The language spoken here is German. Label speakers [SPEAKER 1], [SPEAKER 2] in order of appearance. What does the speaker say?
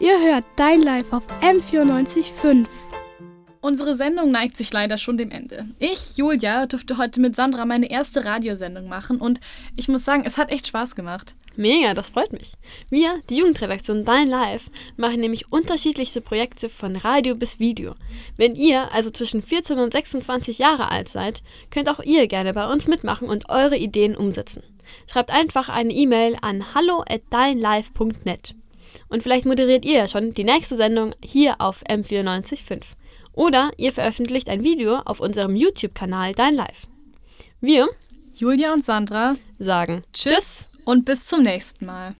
[SPEAKER 1] Ihr hört Dein Live auf M945.
[SPEAKER 2] Unsere Sendung neigt sich leider schon dem Ende. Ich, Julia, dürfte heute mit Sandra meine erste Radiosendung machen und ich muss sagen, es hat echt Spaß gemacht.
[SPEAKER 3] Mega, das freut mich. Wir, die Jugendredaktion Dein Live, machen nämlich unterschiedlichste Projekte von Radio bis Video. Wenn ihr also zwischen 14 und 26 Jahre alt seid, könnt auch ihr gerne bei uns mitmachen und eure Ideen umsetzen. Schreibt einfach eine E-Mail an hallo@deinlive.net. Und vielleicht moderiert ihr ja schon die nächste Sendung hier auf M945. Oder ihr veröffentlicht ein Video auf unserem YouTube-Kanal Dein Live. Wir
[SPEAKER 2] Julia und Sandra
[SPEAKER 3] sagen
[SPEAKER 2] Tschüss. und bis zum nächsten Mal.